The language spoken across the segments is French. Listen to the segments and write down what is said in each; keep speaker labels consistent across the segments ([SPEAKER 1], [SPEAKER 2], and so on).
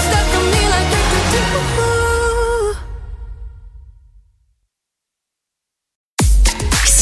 [SPEAKER 1] stuck on me like do, do, do, do.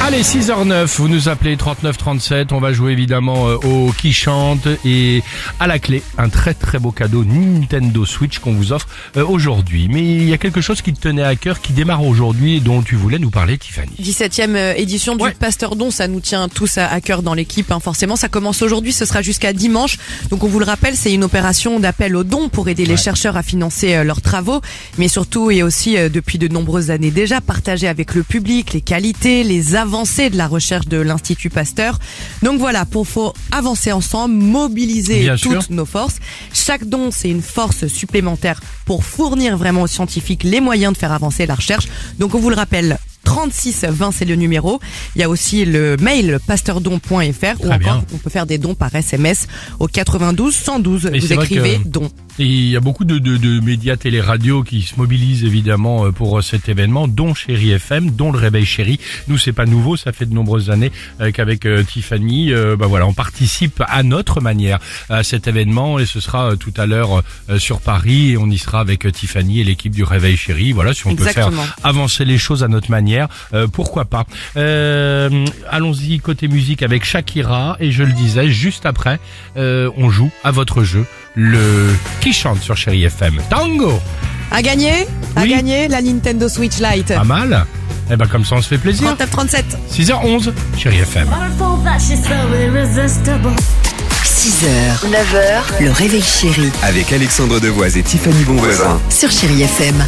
[SPEAKER 2] Allez, 6h09, vous nous appelez 3937, on va jouer évidemment euh, au qui chante et à la clé, un très très beau cadeau Nintendo Switch qu'on vous offre euh, aujourd'hui. Mais il y a quelque chose qui te tenait à cœur, qui démarre aujourd'hui et dont tu voulais nous parler Tiffany.
[SPEAKER 3] 17e euh, édition du
[SPEAKER 2] Ouais.
[SPEAKER 3] Pasteur Don, ça nous tient tous à, à cœur dans l'équipe, hein, forcément. Ça commence aujourd'hui, ce sera jusqu'à dimanche. Donc on vous le rappelle, c'est une opération d'appel aux dons pour aider les chercheurs à financer euh, leurs travaux, mais surtout et aussi euh, depuis de nombreuses années déjà, partager avec le public les qualités, les avancées de la recherche de l'Institut Pasteur. Donc voilà, pour faut avancer ensemble, mobiliser
[SPEAKER 2] Bien sûr.
[SPEAKER 3] toutes nos forces. Chaque don, c'est une force supplémentaire pour fournir vraiment aux scientifiques les moyens de faire avancer la recherche. Donc on vous le rappelle, 3620 c'est le numéro. Il y a aussi le mail pasteurdon.fr ou encore
[SPEAKER 2] bien.
[SPEAKER 3] on peut faire des dons par SMS au 92 112.
[SPEAKER 2] Et
[SPEAKER 3] vous
[SPEAKER 2] c'est vrai
[SPEAKER 3] écrivez
[SPEAKER 2] que-
[SPEAKER 3] don.
[SPEAKER 2] Et il y a beaucoup de, de, de médias télé-radio qui se mobilisent évidemment euh, pour euh, cet événement, dont Chéri FM, dont le Réveil Chéri. Nous, c'est pas nouveau, ça fait de nombreuses années euh, qu'avec euh, Tiffany, euh, bah voilà, on participe à notre manière à cet événement et ce sera euh, tout à l'heure euh, sur Paris et on y sera avec euh, Tiffany et l'équipe du Réveil Chéri. Voilà, si on peut
[SPEAKER 3] Exactement.
[SPEAKER 2] faire avancer les choses à notre manière, euh, pourquoi pas. Euh, Allons-y côté musique avec Shakira et je le disais juste après, euh, on joue à votre jeu le qui chante sur Chéri FM. Tango,
[SPEAKER 3] À gagner, à
[SPEAKER 2] Oui.
[SPEAKER 3] gagner la Nintendo Switch Lite.
[SPEAKER 2] pas mal. Eh ben comme ça on se fait plaisir.
[SPEAKER 3] 39 37.
[SPEAKER 2] 6h11, Chéri FM.
[SPEAKER 4] powerful that she's so irresistible.
[SPEAKER 5] 6h, 9h, le réveil chéri
[SPEAKER 6] Avec Alexandre Devoise et Tiffany Bonvoisin.
[SPEAKER 5] sur Chérie FM.